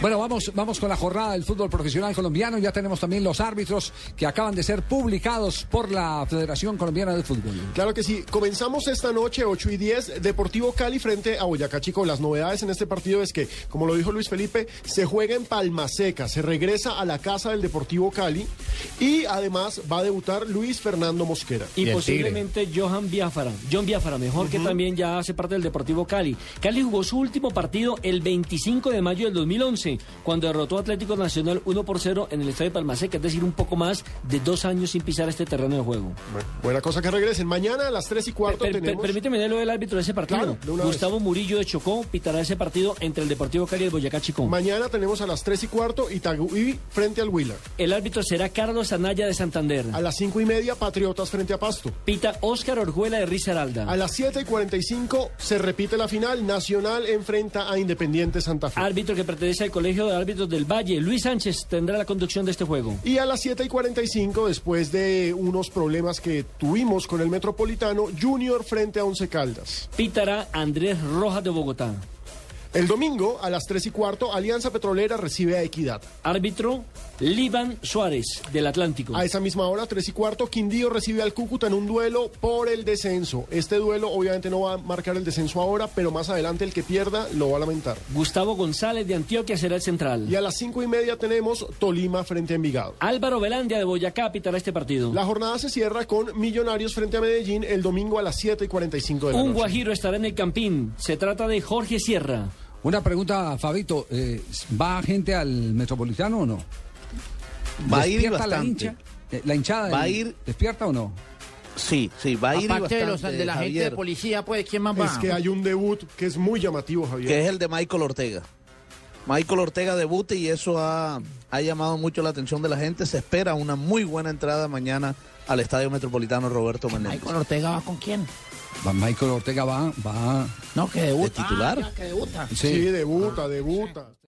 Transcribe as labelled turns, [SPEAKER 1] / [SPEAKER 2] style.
[SPEAKER 1] Bueno, vamos, vamos con la jornada del fútbol profesional colombiano. Ya tenemos también los árbitros que acaban de ser publicados por la Federación Colombiana de Fútbol.
[SPEAKER 2] Claro que sí. Comenzamos esta noche, 8 y 10, Deportivo Cali frente a Boyacá Chico. Las novedades en este partido es que, como lo dijo Luis Felipe, se juega en Palmaseca, se regresa a la casa del Deportivo Cali y además va a debutar Luis Fernando Mosquera.
[SPEAKER 3] Y,
[SPEAKER 1] Y el
[SPEAKER 3] posiblemente Johan Biafara. John Biafara, mejor que también ya hace parte del Deportivo Cali. Cali jugó su último partido el 25 de mayo del 2011, cuando derrotó a Atlético Nacional 1 por 0 en el Estadio Palmaseca, es decir, un poco más de dos años sin pisar este terreno de juego.
[SPEAKER 2] Bueno, buena cosa que regresen. Mañana a las 3 y cuarto
[SPEAKER 3] Per- per-
[SPEAKER 2] tenemos...
[SPEAKER 3] permíteme leer lo del árbitro de ese partido.
[SPEAKER 2] Claro, de una
[SPEAKER 3] Gustavo Murillo de Chocó pitará ese partido entre el Deportivo Cali y el Boyacá Chicó.
[SPEAKER 2] Mañana tenemos a las 3 y cuarto Itagüí frente al Huila.
[SPEAKER 3] el árbitro será Carlos Anaya de Santander.
[SPEAKER 2] A las 5 y media Patriotas frente a Pasto.
[SPEAKER 3] Pita Óscar Orjuela de Risaralda.
[SPEAKER 2] A las 7 y 45 se repite la final. Nacional enfrenta a Independiente Santa Fe.
[SPEAKER 3] Árbitro que pertenece al Colegio de Árbitros del Valle, Luis Sánchez, tendrá la conducción de este juego.
[SPEAKER 2] Y a las 7 y 45, después de unos problemas que tuvimos con el Metropolitano, Junior frente a Once Caldas.
[SPEAKER 3] Pitará Andrés Rojas de Bogotá.
[SPEAKER 2] El domingo, a las 3 y cuarto, Alianza Petrolera recibe a Equidad.
[SPEAKER 3] Árbitro Liban Suárez del Atlántico.
[SPEAKER 4] Ah,
[SPEAKER 2] A esa misma hora, 3 y cuarto, Quindío recibe al Cúcuta en un duelo por el descenso. Este duelo obviamente no va a marcar el descenso ahora, pero más adelante el que pierda lo va a lamentar.
[SPEAKER 3] Gustavo González de Antioquia será el central.
[SPEAKER 2] Y a las 5 y media tenemos Tolima frente a Envigado.
[SPEAKER 3] Álvaro Velandia de Boyacá pitará este partido.
[SPEAKER 2] La jornada se cierra con Millonarios frente a Medellín el domingo a las 7 y 45 de la
[SPEAKER 3] Un
[SPEAKER 2] noche.
[SPEAKER 3] guajiro estará en el campín. Se trata de Jorge Sierra.
[SPEAKER 1] Una pregunta, Fabito. eh, ¿Va gente al Metropolitano o no?
[SPEAKER 5] Va a ir y
[SPEAKER 1] ¿Despierta la
[SPEAKER 5] bastante.
[SPEAKER 1] hincha? Eh, ¿La hinchada?
[SPEAKER 5] Va a
[SPEAKER 1] del-
[SPEAKER 5] ir-
[SPEAKER 1] ¿Despierta o no?
[SPEAKER 5] Sí, sí, va a ir y
[SPEAKER 4] Aparte de, los,
[SPEAKER 5] bastante,
[SPEAKER 4] de la gente de
[SPEAKER 5] Javier,
[SPEAKER 4] policía, pues, ¿quién más va?
[SPEAKER 2] Es que hay un debut que es muy llamativo, Javier.
[SPEAKER 5] que es el de Michael Ortega. Michael Ortega debuta y eso ha, ha llamado mucho la atención de la gente. Se espera una muy buena entrada mañana al Estadio Metropolitano Roberto
[SPEAKER 4] Ay,
[SPEAKER 5] Menéndez.
[SPEAKER 4] con Ortega va con quién?
[SPEAKER 1] Va- Michael Ortega va, va.
[SPEAKER 4] No, que debuta.
[SPEAKER 5] ¿De titular?
[SPEAKER 4] Ah, ya, que debuta.
[SPEAKER 2] Sí, debuta, debuta.